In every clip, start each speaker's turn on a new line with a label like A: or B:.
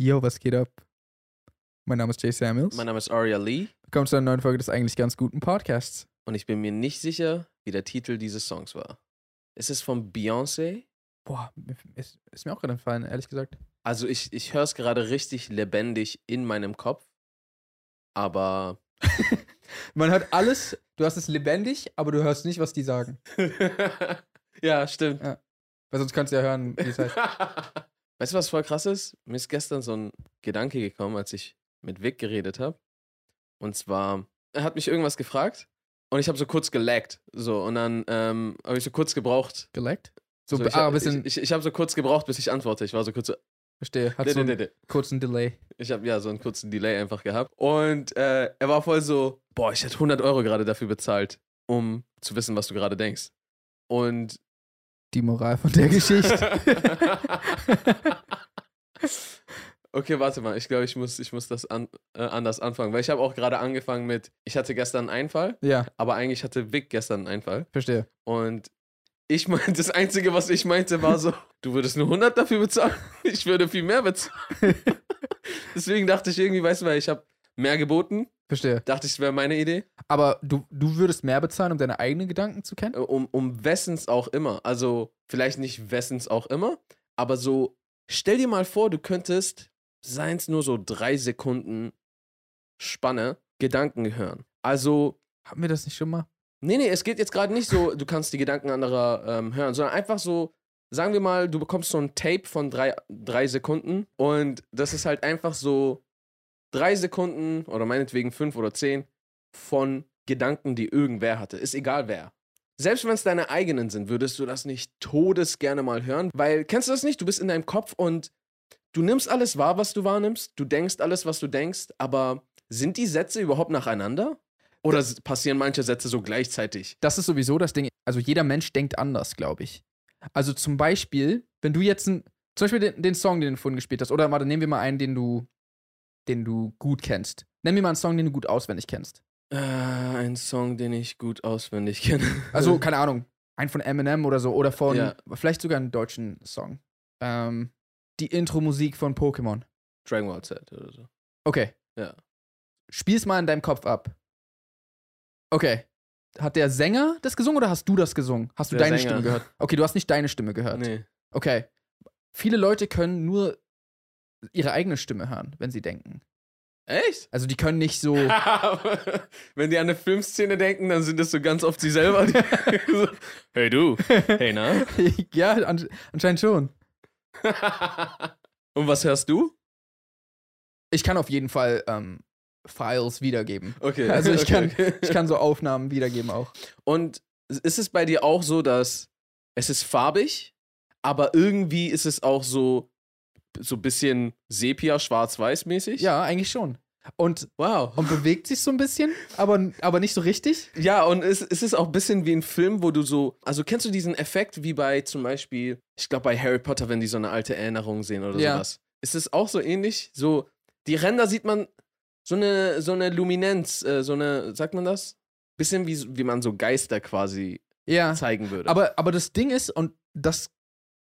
A: Yo, was geht ab? Mein Name ist Jay Samuels.
B: Mein Name ist Aria Lee
A: Willkommen zu einer neuen Folge des eigentlich ganz guten Podcasts.
B: und ich bin mir nicht sicher, wie der Titel dieses Songs war. Es ist von Beyoncé.
A: Boah, ist, ist mir auch gerade entfallen, ehrlich gesagt.
B: Also ich, ich höre es gerade richtig lebendig in meinem Kopf. Aber
A: Man hört alles, du hast es lebendig, aber du hörst nicht, was die sagen.
B: ja, stimmt.
A: Weil sonst kannst du ja hören, wie es heißt.
B: weißt du, was voll krass ist? Mir ist gestern so ein Gedanke gekommen, als ich mit Vic geredet habe. Und zwar, er hat mich irgendwas gefragt und ich habe so kurz gelaggt. So, und dann ähm, habe ich so kurz gebraucht,
A: Geleckt? So,
B: ich,
A: ah,
B: hab-
A: ein bisschen,
B: Ich, ich, ich habe so kurz gebraucht, bis ich antworte. Ich war so kurz so.
A: verstehe, hat
B: Nee,
A: so
B: nee, nee,
A: einen
B: nee.
A: kurzen Delay.
B: Ich habe ja so einen kurzen Delay einfach gehabt. Und äh, er war voll so: Boah, ich hätte 100 Euro gerade dafür bezahlt, um zu wissen, was du gerade denkst. Und.
A: Die Moral von der Geschichte.
B: okay, warte mal. Ich glaube, ich muss, ich muss das an, äh, anders anfangen. Weil ich habe auch gerade angefangen mit: Ich hatte gestern einen Einfall,
A: ja,
B: aber eigentlich hatte Vic gestern einen Einfall.
A: verstehe.
B: Und ich meinte, das Einzige, was ich meinte, war so, du würdest nur 100 dafür bezahlen. Ich würde viel mehr bezahlen. Deswegen dachte ich irgendwie, weißt du, weil ich habe mehr geboten,
A: Verstehe.
B: dachte ich, es wäre meine Idee.
A: Aber du, du würdest mehr bezahlen, um deine eigenen Gedanken zu kennen?
B: Äh, Um, um wessens auch immer. Also vielleicht nicht wessens auch immer, aber so, stell dir mal vor, du könntest, seien es nur so drei Sekunden Spanne, Gedanken hören. Also
A: Haben wir das nicht schon mal?
B: Nee, nee, es geht jetzt gerade nicht so, du kannst die Gedanken anderer ähm, hören, sondern einfach so, sagen wir mal, du bekommst so ein Tape von drei, drei Sekunden und das ist halt einfach so drei Sekunden oder meinetwegen fünf oder zehn von Gedanken, die irgendwer hatte. Ist egal wer. Selbst wenn es deine eigenen sind, würdest du das nicht todesgerne mal hören, weil kennst du das nicht? Du bist in deinem Kopf und du nimmst alles wahr, was du wahrnimmst, du denkst alles, was du denkst, aber sind die Sätze überhaupt nacheinander? Oder s- passieren manche Sätze so gleichzeitig?
A: das ist sowieso das Ding. Also jeder Mensch denkt anders, glaube ich. Also zum Beispiel, wenn du jetzt ein, zum Beispiel den, den Song, den du vorhin gespielt hast, oder warte, nehmen wir mal einen, den du, den du gut kennst. Nenn mir mal einen Song, den du gut auswendig kennst.
B: Äh, ein Song, den ich gut auswendig kenne.
A: Also, keine Ahnung, einen von Eminem oder so, oder von,
B: Ja.
A: vielleicht sogar einen deutschen Song. Ähm, die Intro-Musik von Pokémon.
B: Dragon Ball Z oder so.
A: Okay.
B: Ja.
A: Spiel's mal in deinem Kopf ab. Okay. Hat der Sänger das gesungen oder hast du das gesungen? Hast du
B: Der
A: deine
B: Sänger.
A: Stimme gehört? Okay, du hast nicht deine Stimme gehört.
B: Nee.
A: Okay. Viele Leute können nur ihre eigene Stimme hören, wenn sie denken.
B: Echt?
A: Also die können nicht so.
B: Wenn die an eine Filmszene denken, dann sind das so ganz oft sie selber. die- so, hey du, hey na.
A: ja, an, anscheinend schon.
B: Und was hörst du?
A: Ich kann auf jeden Fall ähm, Files wiedergeben.
B: Okay.
A: Also ich kann-
B: okay.
A: Ich kann so Aufnahmen wiedergeben auch.
B: Und ist es bei dir auch so, dass es ist farbig, aber irgendwie ist es auch so so ein bisschen sepia, schwarz-weiß mäßig?
A: Ja, eigentlich schon. Und,
B: Wow.
A: und bewegt sich so ein bisschen, aber, aber nicht so richtig.
B: Ja, und es, es ist auch ein bisschen wie ein Film, wo du so. Also kennst du diesen Effekt wie bei zum Beispiel, ich glaube bei Harry Potter, wenn die so eine alte Erinnerung sehen oder
A: Ja.
B: sowas. Ist es auch so ähnlich? So, die Ränder sieht man so eine, so eine Luminenz, äh, so eine, sagt man das? Bisschen wie, wie man so Geister quasi
A: Ja.
B: zeigen würde.
A: Ah. Aber, aber das Ding ist, und das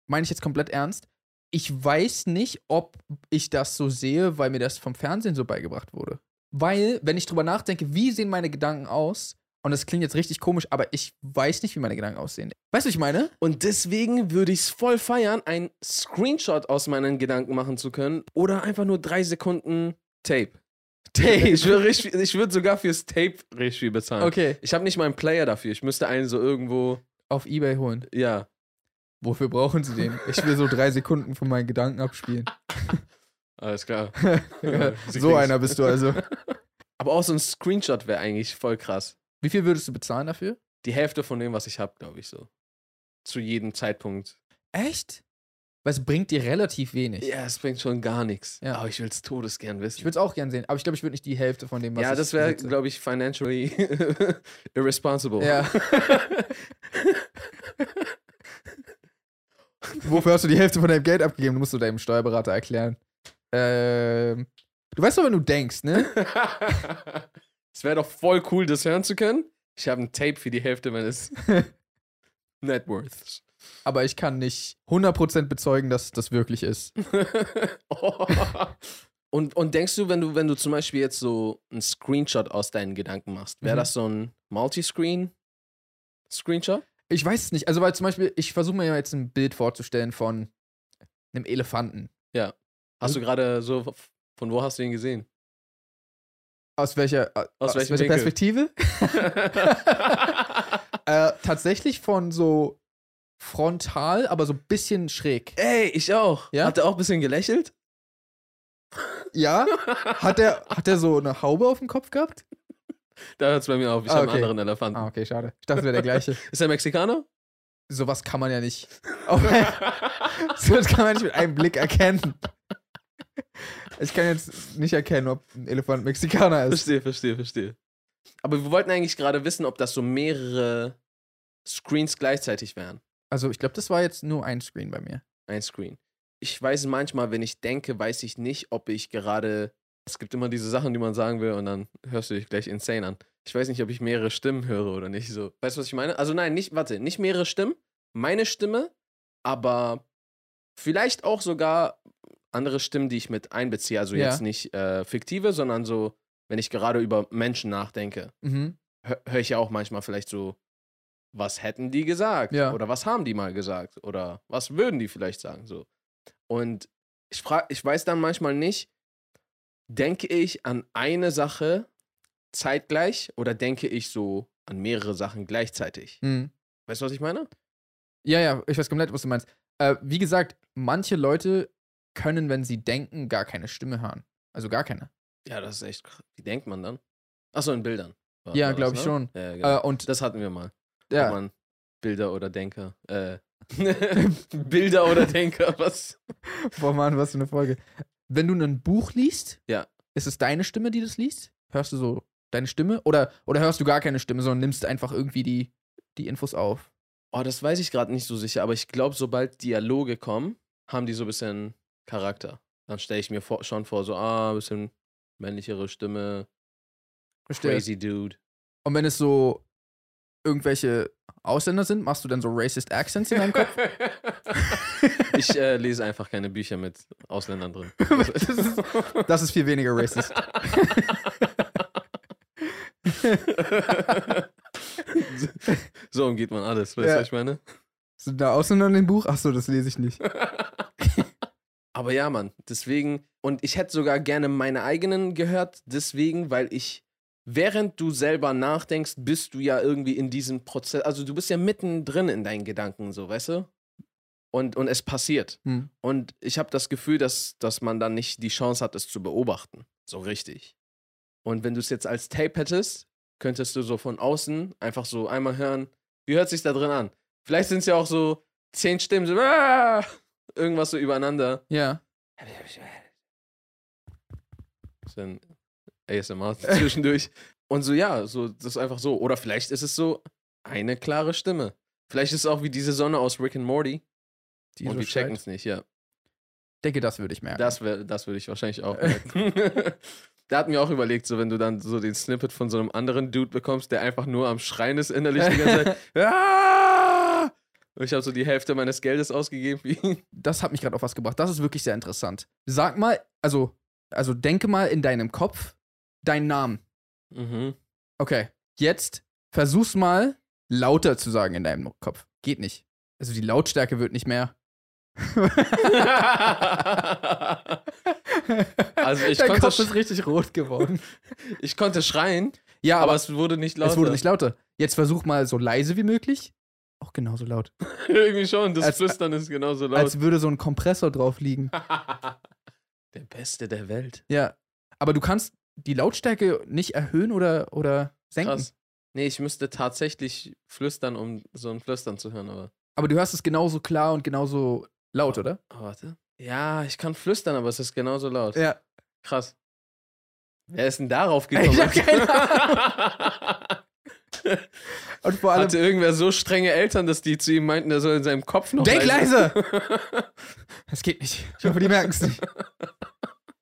A: meine ich jetzt komplett ernst, ich weiß nicht, ob ich das so sehe, weil mir das vom Fernsehen so beigebracht wurde. Weil, wenn ich drüber nachdenke, wie sehen meine Gedanken aus, und das klingt jetzt richtig komisch, aber ich weiß nicht, wie meine Gedanken aussehen. Weißt du, was ich meine?
B: und deswegen würde ich es voll feiern, einen Screenshot aus meinen Gedanken machen zu können oder einfach nur drei Sekunden Tape. Tape. Ich würde richtig- ich würde sogar fürs Tape richtig viel bezahlen.
A: Okay.
B: Ich habe nicht mal einen Player dafür. Ich müsste einen so irgendwo.
A: Auf Ebay holen.
B: Ja.
A: Wofür brauchen sie den? Ich will so drei Sekunden von meinen Gedanken abspielen.
B: Alles klar. Sie
A: so
B: kriegen's.
A: einer bist du also.
B: Aber auch so ein Screenshot wäre eigentlich voll krass.
A: Wie viel würdest du bezahlen dafür?
B: Die Hälfte von dem, was ich habe, glaube ich so. Zu jedem Zeitpunkt.
A: Echt? Weil es bringt dir relativ wenig.
B: Ja, es bringt schon gar nichts.
A: Ja.
B: Aber ich will es todesgern
A: Ich
B: wissen.
A: würde es auch gern sehen, aber ich glaube, ich würde nicht die Hälfte von dem, was
B: ja,
A: ich
B: das wäre,
A: besitze.
B: glaube ich, financially irresponsible.
A: Ja. Wofür hast du die Hälfte von deinem Geld abgegeben? Du musst du deinem Steuerberater erklären. Ähm, du weißt doch, wenn du denkst, ne?
B: es wäre doch voll cool, das hören zu können. Ich habe ein Tape für die Hälfte meines Net Worths.
A: aber ich kann nicht 100% bezeugen, dass das wirklich ist.
B: Oh. und, und denkst du, wenn du, wenn du zum Beispiel jetzt so einen Screenshot aus deinen Gedanken machst, wäre
A: Mhm.
B: das so ein Multiscreen-Screenshot?
A: Ich weiß es nicht. Also, weil zum Beispiel, ich versuche mir jetzt ein Bild vorzustellen von einem Elefanten.
B: Hast
A: Mhm.
B: du gerade so, von wo hast du ihn gesehen?
A: Aus welcher,
B: Aus welchem
A: welcher
B: Winkel?
A: Perspektive? äh, tatsächlich von so frontal, aber so ein bisschen schräg.
B: Ey, ich auch.
A: Ja?
B: Hat er auch ein bisschen gelächelt?
A: Ja? Hat er, hat er so eine Haube auf dem Kopf gehabt?
B: Da hört es bei mir auf. Ich
A: Ah,
B: habe
A: okay.
B: einen anderen Elefanten.
A: Ah, okay, schade. Ich dachte, es wäre der gleiche.
B: Ist er Mexikaner?
A: Sowas kann man ja nicht. Auf- Sowas kann man nicht mit einem Blick erkennen. Ich kann jetzt nicht erkennen, ob ein Elefant Mexikaner ist.
B: verstehe, verstehe, verstehe. Aber wir wollten eigentlich gerade wissen, ob das so mehrere Screens gleichzeitig wären.
A: Also, ich glaube, das war jetzt nur ein Screen bei mir.
B: Ein Screen. Ich weiß manchmal, wenn ich denke, weiß ich nicht, ob ich gerade. Es gibt immer diese Sachen, die man sagen will, und dann hörst du dich gleich insane an. Ich weiß nicht, ob ich mehrere Stimmen höre oder nicht. So, weißt du, was ich meine? Also nein, nicht, warte, nicht mehrere Stimmen, meine Stimme, aber vielleicht auch sogar andere Stimmen, die ich mit einbeziehe. Also
A: Ja.
B: jetzt nicht äh, fiktive, sondern so, wenn ich gerade über Menschen nachdenke.
A: Mhm.
B: höre ich ja auch manchmal vielleicht so, was hätten die gesagt?
A: Ja.
B: Oder was haben die mal gesagt? Oder was würden die vielleicht sagen? So. Und ich, frag, ich weiß dann manchmal nicht, denke ich an eine Sache zeitgleich oder denke ich so an mehrere Sachen gleichzeitig?
A: Mhm.
B: Weißt du, was ich meine?
A: Ja, ja, ich weiß komplett, was du meinst. Äh, wie gesagt, manche Leute können, wenn sie denken, gar keine Stimme hören. Also gar keine.
B: Ja, das ist echt krass. Wie denkt man dann? Achso, in Bildern. War-
A: Ja,
B: war das,
A: glaub ich
B: ne?
A: schon.
B: Ja, genau.
A: Äh, und
B: das hatten wir mal. Ob
A: ja,
B: man Bilder oder Denker. Äh. Bilder oder Denker, was?
A: boah, Mann, was für eine Folge. Wenn du ein Buch liest,
B: Ja.
A: ist es deine Stimme, die das liest? Hörst du so deine Stimme? Oder, oder hörst du gar keine Stimme, sondern nimmst einfach irgendwie die, die Infos auf?
B: Oh, das weiß ich gerade nicht so sicher, aber ich glaube, sobald Dialoge kommen, haben die so ein bisschen Charakter. Dann stelle ich mir vor, schon vor, so, ah, ein bisschen männlichere Stimme, crazy dude.
A: Und wenn es so irgendwelche Ausländer sind, machst du dann so racist Accents in deinem Kopf?
B: ich äh, lese einfach keine Bücher mit Ausländern drin.
A: das, ist, das ist viel weniger racist.
B: so umgeht man alles, weißt du,
A: Ja.
B: was ich meine?
A: Sind da Ausländer in dem Buch? Achso, das lese ich nicht.
B: Aber ja, Mann, deswegen, und ich hätte sogar gerne meine eigenen gehört, deswegen, weil ich, während du selber nachdenkst, bist du ja irgendwie in diesem Prozess, also du bist ja mittendrin in deinen Gedanken, so, weißt du? Und, und es passiert.
A: Hm.
B: Und ich habe das Gefühl, dass, dass man dann nicht die Chance hat, es zu beobachten. So richtig. Und wenn du es jetzt als Tape hättest, könntest du so von außen einfach so einmal hören, wie hört sich da drin an? Vielleicht sind es ja auch so zehn Stimmen, so, "Ah!" irgendwas so übereinander.
A: Ja.
B: So ein ASMR zwischendurch. Und so, ja, so, das ist einfach so. Oder vielleicht ist es so eine klare Stimme. Vielleicht ist es auch wie diese Sonne aus Rick and Morty.
A: Die
B: und
A: so
B: wir checken
A: schreit.
B: es nicht, ja.
A: Denke, das würde ich merken.
B: Das, wär, das würde ich wahrscheinlich auch merken. da hatten wir auch überlegt, so wenn du dann so den Snippet von so einem anderen Dude bekommst, der einfach nur am Schreien ist innerlich die ganze Zeit. "Ah!" Und ich habe so die Hälfte meines Geldes ausgegeben für ihn.
A: das hat mich gerade auf was gebracht. Das ist wirklich sehr interessant. Sag mal, also, also denke mal in deinem Kopf deinen Namen.
B: Mhm.
A: Okay. Jetzt versuch's mal lauter zu sagen in deinem Kopf. Geht nicht. Also die Lautstärke wird nicht mehr.
B: Also ich
A: Dein
B: konnte
A: Kopf
B: sch-
A: ist richtig rot geworden.
B: ich konnte schreien,
A: Ja,
B: aber
A: aber,
B: es wurde nicht lauter.
A: es wurde nicht lauter. Jetzt versuch mal so leise wie möglich. Auch genauso laut.
B: Irgendwie schon, das
A: Als-
B: Flüstern ist genauso laut.
A: Als würde so ein Kompressor drauf liegen.
B: der Beste der Welt.
A: Ja. Aber du kannst die Lautstärke nicht erhöhen oder, oder senken.
B: Krass. Nee, ich müsste tatsächlich flüstern, um so ein Flüstern zu hören, aber.
A: Aber du hörst es genauso klar und genauso laut, oder?
B: Oh, warte. Ja, ich kann flüstern, aber es ist genauso laut.
A: Ja.
B: Krass. Wer ist denn darauf gekommen?
A: Ich hab keine Und vor allem.
B: Hatte irgendwer so strenge Eltern, dass die zu ihm meinten, er soll in seinem Kopf noch.
A: Denk
B: leise-
A: leise! Das geht nicht. Ich hoffe, die merken es nicht.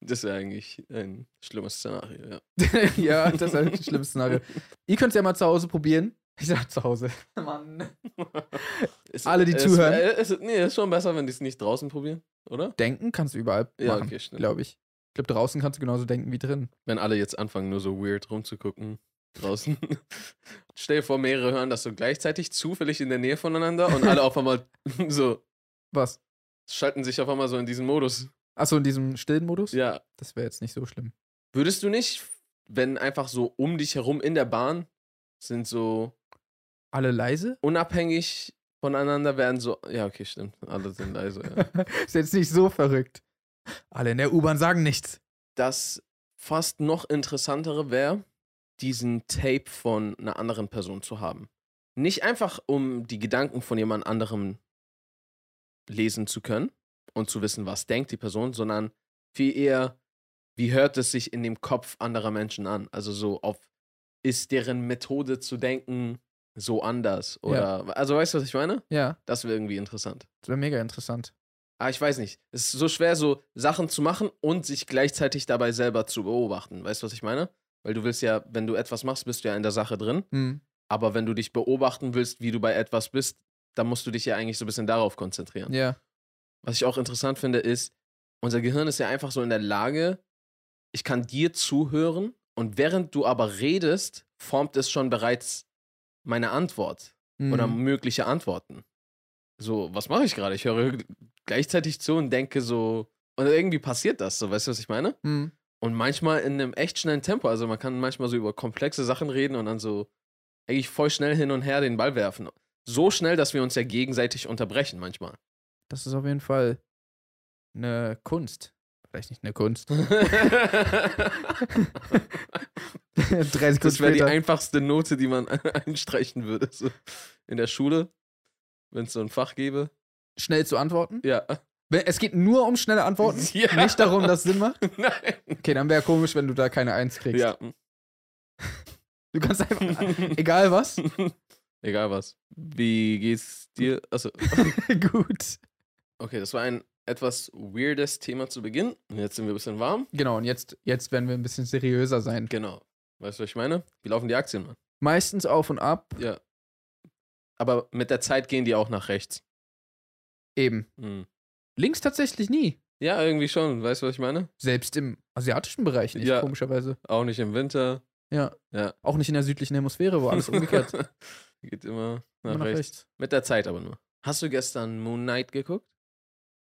B: Das ist ja eigentlich ein schlimmes Szenario, ja.
A: ja, das ist eigentlich das schlimmste Szenario. Ihr könnt es ja mal zu Hause probieren. Ich sag zu Hause. Mann.
B: Es
A: Alle, die
B: es,
A: zuhören.
B: äh, Es, nee, ist schon besser, wenn die es nicht draußen probieren, oder?
A: Denken kannst du überall machen,
B: Ja, okay, stimmt.
A: glaube ich. Ich glaube, draußen kannst du genauso denken wie drin.
B: Wenn alle jetzt anfangen, nur so weird rumzugucken draußen. Stell dir vor, mehrere hören das so gleichzeitig zufällig in der Nähe voneinander und alle auf einmal so
A: Was?
B: schalten sich auf einmal so in diesen Modus.
A: Achso, in diesem stillen Modus?
B: Ja.
A: Das wäre jetzt nicht so schlimm.
B: Würdest du nicht, wenn einfach so um dich herum in der Bahn sind so
A: Alle leise?
B: unabhängig voneinander werden so. Ja, okay, stimmt. Alle sind leise, ja.
A: Ist jetzt nicht so verrückt. Alle in der U-Bahn sagen nichts.
B: Das fast noch interessantere wäre, diesen Tape von einer anderen Person zu haben. Nicht einfach, um die Gedanken von jemand anderem lesen zu können und zu wissen, was denkt die Person, sondern viel eher, wie hört es sich in dem Kopf anderer Menschen an? Also so auf, ist deren Methode zu denken so anders? Oder, also weißt du, was ich meine?
A: Ja,
B: Das wäre irgendwie interessant.
A: das wäre mega interessant.
B: Ah, ich weiß nicht. Es ist so schwer, so Sachen zu machen und sich gleichzeitig dabei selber zu beobachten. Weißt du, was ich meine? Weil du willst ja, wenn du etwas machst, bist du ja in der Sache drin.
A: Hm.
B: Aber wenn du dich beobachten willst, wie du bei etwas bist, dann musst du dich ja eigentlich so ein bisschen darauf konzentrieren.
A: Ja.
B: Was ich auch interessant finde, ist, unser Gehirn ist ja einfach so in der Lage, ich kann dir zuhören und während du aber redest, formt es schon bereits meine Antwort
A: Hm.
B: oder mögliche Antworten. So, was mache ich gerade? Ich höre gleichzeitig zu und denke so, und irgendwie passiert das, so, weißt du, was ich meine?
A: Hm.
B: Und manchmal in einem echt schnellen Tempo, also man kann manchmal so über komplexe Sachen reden und dann so eigentlich voll schnell hin und her den Ball werfen. So schnell, dass wir uns ja gegenseitig unterbrechen manchmal.
A: Das ist auf jeden Fall eine Kunst. Vielleicht nicht eine Kunst. Drei Sekunden
B: das wäre die
A: später.
B: einfachste Note, die man einstreichen würde. So. In der Schule, wenn es so ein Fach gäbe.
A: Schnell zu antworten.
B: Ja.
A: Wenn- Es geht nur um schnelle Antworten.
B: ja.
A: Nicht darum, dass es Sinn macht.
B: Nein.
A: Okay, dann wäre komisch, wenn du da keine Eins kriegst.
B: Ja.
A: Du kannst einfach, egal was.
B: Egal was. Wie geht's dir? Also,
A: Gut.
B: okay, das war ein etwas weirdes Thema zu Beginn. Und Jetzt sind wir ein bisschen warm.
A: Genau, und jetzt, jetzt werden wir ein bisschen seriöser sein.
B: Genau. Weißt du, was ich meine? Wie laufen die Aktien, Mann?
A: Meistens auf und ab.
B: Ja. Aber mit der Zeit gehen die auch nach rechts.
A: Eben.
B: Mhm.
A: Links tatsächlich nie.
B: Ja, irgendwie schon. Weißt du, was ich meine?
A: Selbst im asiatischen Bereich nicht,
B: Ja.
A: komischerweise.
B: Auch nicht im Winter.
A: Auch nicht in der südlichen Hemisphäre, wo alles umgekehrt
B: Geht immer nach,
A: Immer nach
B: rechts.
A: rechts.
B: Mit der Zeit aber nur. Hast du gestern Moon Knight geguckt?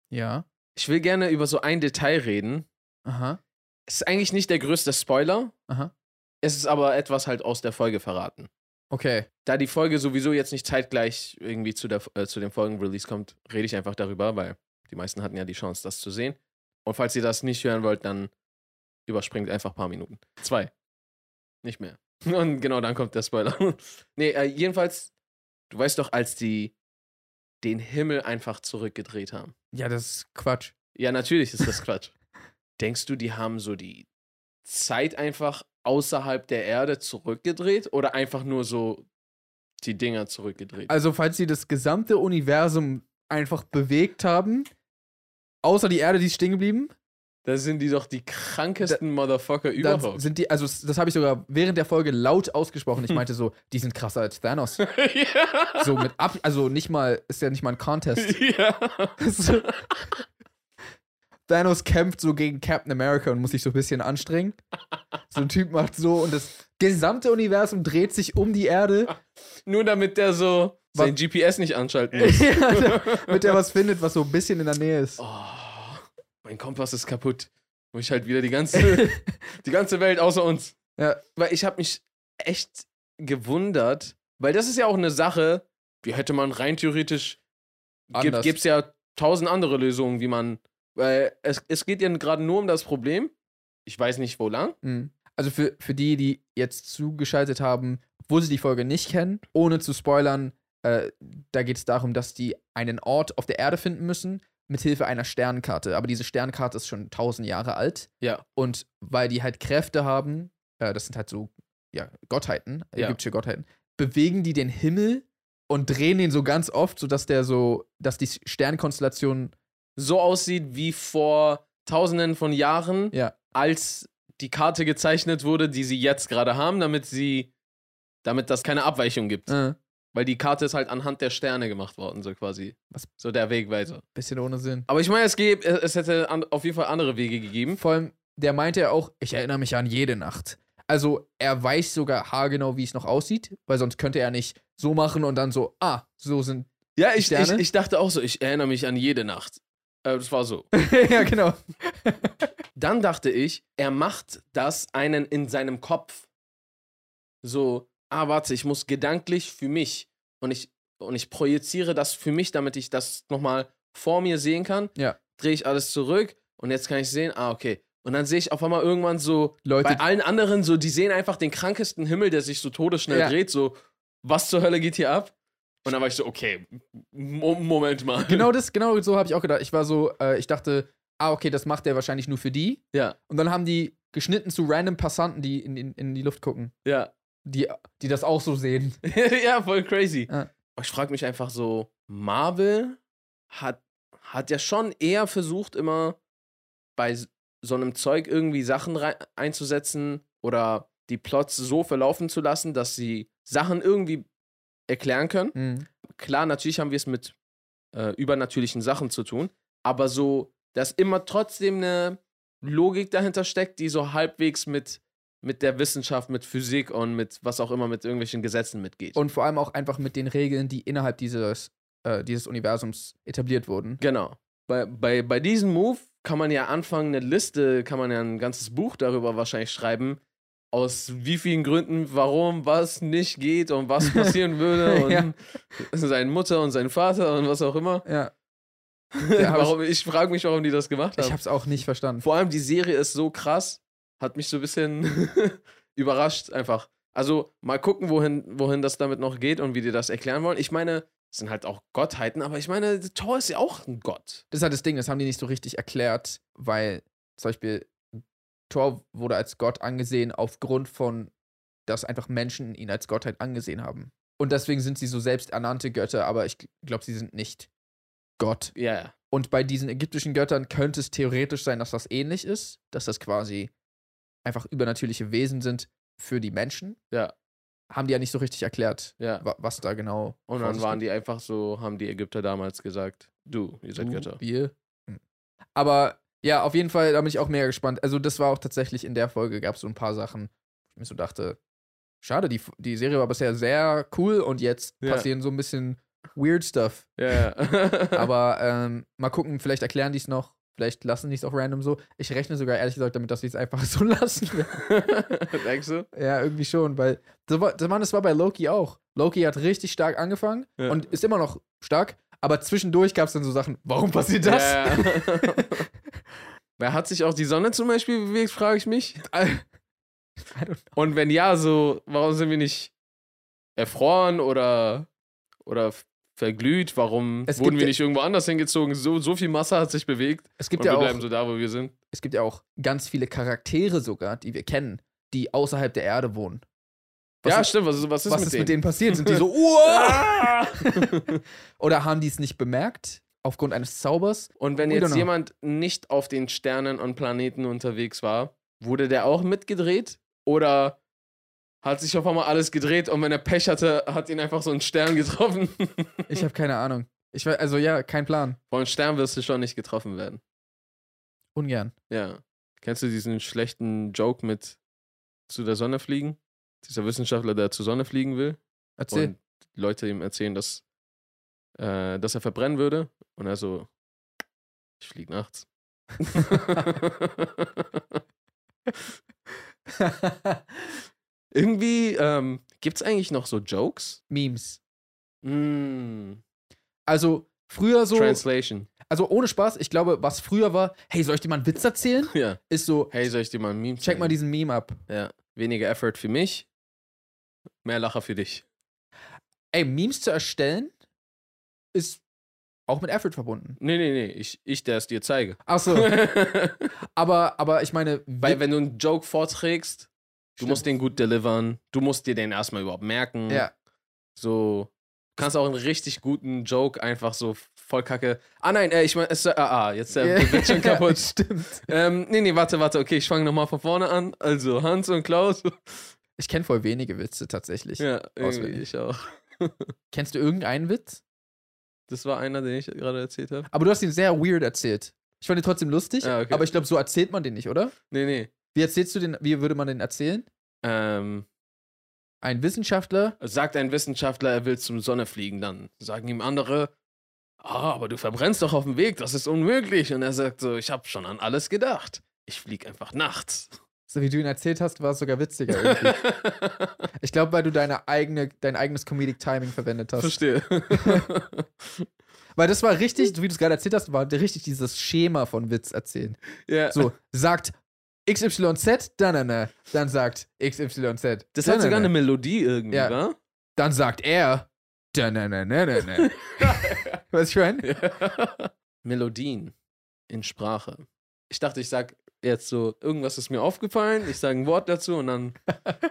A: Ja.
B: Ich will gerne über so ein Detail reden.
A: Aha.
B: Es ist eigentlich nicht der größte Spoiler.
A: Aha.
B: Es ist aber etwas halt aus der Folge verraten.
A: Okay.
B: da die Folge sowieso jetzt nicht zeitgleich irgendwie zu, der, äh, zu dem Folgenrelease kommt, rede ich einfach darüber, weil die meisten hatten ja die Chance, das zu sehen. Und falls ihr das nicht hören wollt, dann überspringt einfach ein paar Minuten. Zwei. Nicht mehr. Und genau dann kommt der Spoiler. nee, äh, jedenfalls, du weißt doch, als die den Himmel einfach zurückgedreht haben.
A: Ja, das ist Quatsch.
B: Ja, natürlich ist das Quatsch. Denkst du, die haben so die Zeit einfach außerhalb der Erde zurückgedreht oder einfach nur so die Dinger zurückgedreht?
A: Also, falls sie das gesamte Universum einfach bewegt haben, außer die Erde, die ist stehen geblieben,
B: Da sind die doch die krankesten Motherfucker
A: dann
B: überhaupt.
A: sind die, also das habe ich sogar während der Folge laut ausgesprochen. Ich meinte so, die sind krasser als Thanos.
B: ja.
A: So mit ab, also nicht mal, ist ja nicht mal ein Contest.
B: ja.
A: So. Thanos kämpft so gegen Captain America und muss sich so ein bisschen anstrengen. So ein Typ macht so und das gesamte Universum dreht sich um die Erde,
B: Nur damit der so
A: Was-
B: sein GPS nicht anschalten muss.
A: damit er was findet, was so ein bisschen in der Nähe ist.
B: Oh, mein Kompass ist kaputt. Muss ich halt wieder die ganze, die ganze Welt außer uns.
A: Ja.
B: Weil ich habe mich echt gewundert, weil das ist ja auch eine Sache, wie hätte man rein theoretisch, gibt
A: Anders.
B: es ja tausend andere Lösungen, wie man, weil es, es geht ja gerade nur um das Problem, ich weiß nicht wo lang.
A: Mhm. Also für, für die, die jetzt zugeschaltet haben, wo sie die Folge nicht kennen, ohne zu spoilern, äh, da geht es darum, dass die einen Ort auf der Erde finden müssen, mithilfe einer Sternkarte. Aber diese Sternkarte ist schon tausend Jahre alt.
B: Ja.
A: Und weil die halt Kräfte haben, äh, das sind halt so ja, Gottheiten,
B: Ja.
A: ägyptische Gottheiten, bewegen die den Himmel und drehen den so ganz oft, sodass der so, dass die Sternkonstellation
B: So aussieht wie vor tausenden von Jahren,
A: Ja.
B: als die Karte gezeichnet wurde, die sie jetzt gerade haben, damit sie, damit das keine Abweichung gibt.
A: äh,
B: Weil die Karte ist halt anhand der Sterne gemacht worden, so quasi.
A: Was?
B: So der Wegweiser.
A: Bisschen ohne Sinn.
B: Aber ich meine, es, gäb- es hätte an, auf jeden Fall andere Wege gegeben.
A: Vor allem, der meinte ja auch, ich erinnere mich an jede Nacht. Also, er weiß sogar haargenau, wie es noch aussieht, weil sonst könnte er nicht so machen und dann so, ah, so sind.
B: Ja, ich, ich,
A: Sterne?
B: ich dachte auch so, ich erinnere mich an jede Nacht. Äh, das war so.
A: ja, genau.
B: Dann dachte ich, er macht das einen in seinem Kopf. So, ah, warte, ich muss gedanklich für mich und ich, und ich projiziere das für mich, damit ich das nochmal vor mir sehen kann.
A: Ja.
B: Drehe ich alles zurück und jetzt kann ich sehen, ah, okay. Und dann sehe ich auf einmal irgendwann so,
A: Leute,
B: bei allen anderen so, die sehen einfach den krankesten Himmel, der sich so todesschnell
A: Ja.
B: dreht, so, was zur Hölle geht hier ab? Und dann war ich so, okay, Mo Moment mal.
A: genau das, genau so habe ich auch gedacht. Ich war so, äh, ich dachte, ah, okay, das macht er wahrscheinlich nur für die.
B: Ja,
A: Und dann haben die geschnitten zu random Passanten, die in, in, in die Luft gucken,
B: ja.
A: die, die das auch so sehen.
B: ja, voll crazy.
A: Ja.
B: Ich frage mich einfach so, Marvel hat, hat ja schon eher versucht, immer bei s- so einem Zeug irgendwie Sachen rei- einzusetzen oder die Plots so verlaufen zu lassen, dass sie Sachen irgendwie erklären können.
A: Mhm.
B: Klar, natürlich haben wir es mit äh, übernatürlichen Sachen zu tun, aber so, dass immer trotzdem eine Logik dahinter steckt, die so halbwegs mit, mit der Wissenschaft, mit Physik und mit was auch immer, mit irgendwelchen Gesetzen mitgeht.
A: Und vor allem auch einfach mit den Regeln, die innerhalb dieses, äh, dieses Universums etabliert wurden.
B: Genau. Bei, bei, bei diesem Move kann man ja anfangen, eine Liste, kann man ja ein ganzes Buch darüber wahrscheinlich schreiben, aus wie vielen Gründen, warum, was nicht geht und was passieren würde und
A: Ja.
B: seine Mutter und sein Vater und was auch immer.
A: Ja, hab ich-
B: warum, ich frage mich, warum die das gemacht
A: ich
B: haben.
A: hab's auch nicht verstanden.
B: Vor allem die Serie ist so krass, hat mich so ein bisschen überrascht einfach. Also mal gucken, wohin, wohin das damit noch geht und wie die das erklären wollen. Ich meine, es sind halt auch Gottheiten, aber ich meine, Thor ist ja auch ein Gott.
A: Das ist halt das Ding, das haben die nicht so richtig erklärt, weil zum Beispiel Thor wurde als Gott angesehen aufgrund von, dass einfach Menschen ihn als Gottheit angesehen haben. Und deswegen sind sie so selbsternannte Götter, aber ich glaube, sie sind nicht Gott.
B: Ja, ja.
A: Und bei diesen ägyptischen Göttern könnte es theoretisch sein, dass das ähnlich ist, dass das quasi einfach übernatürliche Wesen sind für die Menschen.
B: Ja.
A: Haben die ja nicht so richtig erklärt,
B: Ja,
A: wa- was da genau.
B: und dann waren die einfach so, haben die Ägypter damals gesagt, du, ihr seid Götter.
A: Wir. Hm. Aber ja, auf jeden Fall, da bin ich auch mega gespannt. Also, das war auch tatsächlich in der Folge, gab es so ein paar Sachen, wo ich mir so dachte, schade, die, die Serie war bisher sehr cool und jetzt
B: Ja.
A: passieren so ein bisschen weird stuff.
B: Ja, ja.
A: Aber ähm, mal gucken, vielleicht erklären die es noch. Vielleicht lassen die es auch random so. Ich rechne sogar ehrlich gesagt damit, dass die es einfach so lassen.
B: Denkst du?
A: ja, irgendwie schon, weil das war, das, Mann, das war bei Loki auch. Loki hat richtig stark angefangen
B: Ja.
A: und ist immer noch stark, aber zwischendurch gab es dann so Sachen, warum passiert das?
B: Ja, ja. Wer hat sich auch die Sonne zum Beispiel bewegt, frage ich mich.
A: I don't
B: Und wenn ja, so, warum sind wir nicht erfroren oder, oder f- verglüht? Warum
A: Es
B: wurden
A: gibt
B: wir
A: ja-
B: nicht irgendwo anders hingezogen? So, so viel Masse hat sich bewegt
A: Es gibt
B: und
A: ja
B: wir
A: auch
B: bleiben so da, wo wir sind.
A: es gibt ja auch ganz viele Charaktere sogar, die wir kennen, die außerhalb der Erde wohnen. Was
B: ja,
A: ist,
B: stimmt. Was ist, was ist,
A: was
B: mit,
A: ist
B: denen?
A: mit denen passiert? Sind die so, uah! Oder haben die es nicht bemerkt aufgrund eines Zaubers?
B: Und wenn
A: We don't
B: jetzt
A: know.
B: jemand nicht auf den Sternen und Planeten unterwegs war, wurde der auch mitgedreht? Oder hat sich auf einmal alles gedreht und wenn er Pech hatte, hat ihn einfach so ein Stern getroffen?
A: Ich habe keine Ahnung. Ich weiß, also ja, kein Plan.
B: Von Stern wirst du schon nicht getroffen werden.
A: Ungern.
B: Ja. Kennst du diesen schlechten Joke mit zu der Sonne fliegen? Dieser Wissenschaftler, der zur Sonne fliegen will
A: Erzähl.
B: und Leute ihm erzählen, dass, äh, dass er verbrennen würde. Und er so, ich fliege nachts. Irgendwie, ähm, gibt es eigentlich noch so Jokes?
A: Memes.
B: Mm,
A: Also früher so,
B: Translation.
A: also ohne Spaß, ich glaube, was früher war, hey, soll ich dir mal einen Witz erzählen?
B: Ja.
A: Ist so,
B: Hey, soll ich dir mal ein Meme
A: check mal diesen Meme ab.
B: Ja. Weniger Effort für mich, mehr Lacher für dich.
A: Ey, Memes zu erstellen ist auch mit Effort verbunden.
B: Nee, nee, nee, ich, ich der es dir zeige.
A: Achso, aber, aber ich meine,
B: Weil wenn du einen Joke vorträgst, du
A: Stimmt.
B: musst den gut delivern, du musst dir den erstmal überhaupt merken.
A: ja,
B: So, du kannst auch einen richtig guten Joke einfach so voll kacke. Ah nein, äh, ich meine, es- äh, ah, ah, jetzt äh,
A: Ja.
B: wird schon kaputt.
A: stimmt.
B: Ähm, nee, nee, warte, warte, okay, ich fange nochmal von vorne an. Also Hans und Klaus.
A: Ich kenne voll wenige Witze tatsächlich.
B: Ja, irgendwie
A: Auswendig.
B: ich auch.
A: Kennst du irgendeinen Witz?
B: Das war einer, den ich gerade erzählt habe.
A: Aber du hast ihn sehr weird erzählt. Ich fand ihn trotzdem lustig,
B: Ah, okay.
A: aber ich glaube, so erzählt man den nicht, oder?
B: Nee, nee.
A: Wie erzählst du den, wie würde man den erzählen?
B: Ähm,
A: Ein Wissenschaftler?
B: sagt ein Wissenschaftler, er will zum Sonne fliegen, dann sagen ihm andere, ah, aber du verbrennst doch auf dem Weg, das ist unmöglich. Und er sagt so, ich habe schon an alles gedacht. Ich flieg einfach nachts.
A: So wie du ihn erzählt hast, war es sogar witziger irgendwie. ich glaube, weil du deine eigene, dein eigenes Comedic Timing verwendet hast.
B: Verstehe.
A: Weil das war richtig, so wie du es gerade erzählt hast, war richtig dieses Schema von Witz erzählen.
B: ja.
A: So, sagt XYZ, dann, dann, dann, dann sagt XYZ. dann,
B: Das hat sogar
A: dann,
B: eine Melodie irgendwie,
A: Ja.
B: wa?
A: Dann sagt er. Dann, dann, dann, dann, dann. Weißt du, ich meine?
B: Melodien in Sprache. Ich dachte, ich sag jetzt so, irgendwas ist mir aufgefallen, ich sage ein Wort dazu und dann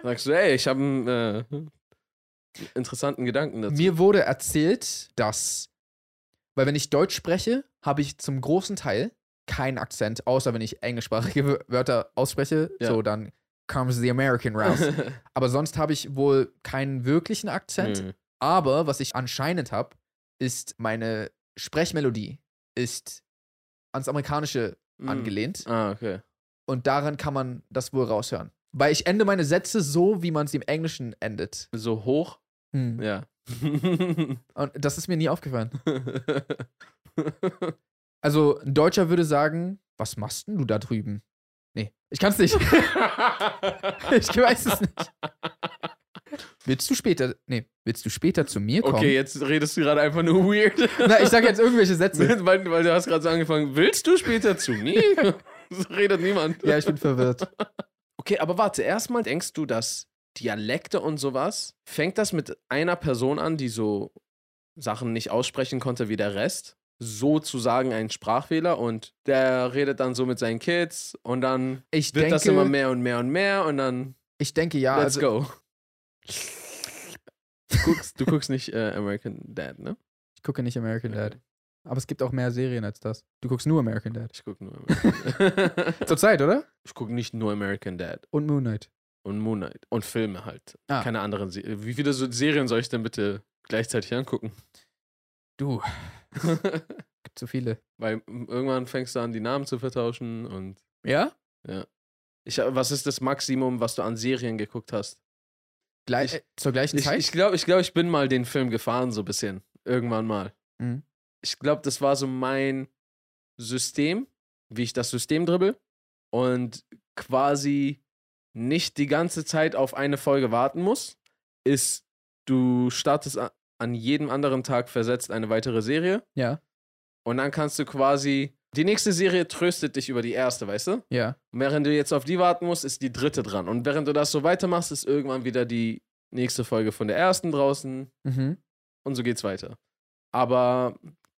B: sagst du, ey, ich habe einen äh, interessanten Gedanken dazu.
A: Mir wurde erzählt, dass, weil wenn ich Deutsch spreche, habe ich zum großen Teil keinen Akzent, außer wenn ich englischsprachige Wör- Wörter ausspreche,
B: Ja.
A: so dann comes the American rouse. Aber sonst habe ich wohl keinen wirklichen Akzent.
B: Mhm.
A: Aber was ich anscheinend habe, ist meine Sprechmelodie ist ans Amerikanische
B: Mhm.
A: angelehnt.
B: Ah, okay.
A: Und daran kann man das wohl raushören. Weil ich ende meine Sätze so, wie man sie im Englischen endet.
B: So hoch,
A: Hm.
B: ja.
A: Und das ist mir nie aufgefallen. Also ein Deutscher würde sagen, was machst denn du da drüben? Nee, ich kann's nicht. ich weiß es nicht. Willst du später, nee, willst du später zu mir kommen?
B: okay, jetzt redest du gerade einfach nur weird.
A: Na, ich sage jetzt irgendwelche Sätze.
B: weil, weil du hast gerade so angefangen, willst du später zu mir? so redet niemand.
A: ja, ich bin verwirrt.
B: Okay, aber warte, erstmal denkst du, dass Dialekte und sowas, fängt das mit einer Person an, die so Sachen nicht aussprechen konnte wie der Rest? Sozusagen ein Sprachfehler und der redet dann so mit seinen Kids und dann
A: Ich
B: wird
A: denke,
B: das immer mehr und mehr und mehr und dann
A: ich denke ja,
B: let's
A: also
B: go. Du guckst, du guckst nicht äh, American Dad, ne?
A: ich gucke nicht American
B: Okay.
A: Dad. Aber es gibt auch mehr Serien als das. Du guckst nur American Dad.
B: Ich guck nur American Dad.
A: Zurzeit, oder?
B: ich guck nicht nur American Dad
A: Und Moon Knight.
B: und Moon Knight und Filme halt.
A: Ah.
B: Keine anderen Serien. Wie viele so Serien soll ich denn bitte gleichzeitig angucken?
A: Du, gibt zu viele.
B: Weil m- irgendwann fängst du an, die Namen zu vertauschen und
A: Ja?
B: ich, äh, was ist das Maximum, was du an Serien geguckt hast?
A: Gleich,
B: Ich-
A: zur gleichen
B: Ich,
A: Zeit?
B: ich glaube, ich, glaub, ich bin mal den Film gefahren, so ein bisschen. Irgendwann mal.
A: Mhm.
B: Ich glaube, das war so mein System, wie ich das System dribbel und quasi nicht die ganze Zeit auf eine Folge warten muss, ist, du startest a- an jedem anderen Tag versetzt eine weitere Serie
A: ja,
B: und dann kannst du quasi, die nächste Serie tröstet dich über die erste, weißt du?
A: ja.
B: Und während du jetzt auf die warten musst, ist die dritte dran. Und während du das so weitermachst, ist irgendwann wieder die nächste Folge von der ersten draußen.
A: Mhm.
B: Und so geht's weiter. Aber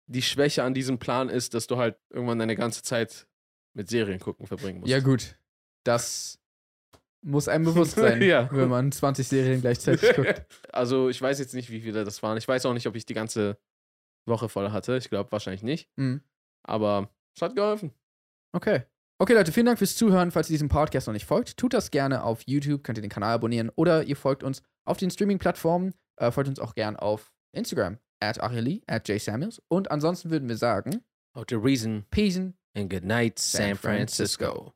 B: die Schwäche an diesem Plan ist, dass du halt irgendwann deine ganze Zeit mit Serien gucken verbringen musst.
A: Ja, gut. Das muss einem bewusst sein,
B: Ja.
A: wenn man 20 Serien gleichzeitig guckt.
B: also ich weiß jetzt nicht, wie viele das waren. Ich weiß auch nicht, ob ich die ganze Woche voll hatte. Ich glaube wahrscheinlich nicht.
A: Mhm.
B: Aber es hat geholfen.
A: Okay. Okay, Leute, vielen Dank fürs Zuhören. Falls ihr diesem Podcast noch nicht folgt, tut das gerne auf YouTube, könnt ihr den Kanal abonnieren oder ihr folgt uns auf den Streaming-Plattformen. Äh, folgt uns auch gern auf Instagram, at Acheli, at jsamuels. Und ansonsten würden wir sagen,
B: Out the reason
A: Peace.
B: and good night,
A: San Francisco.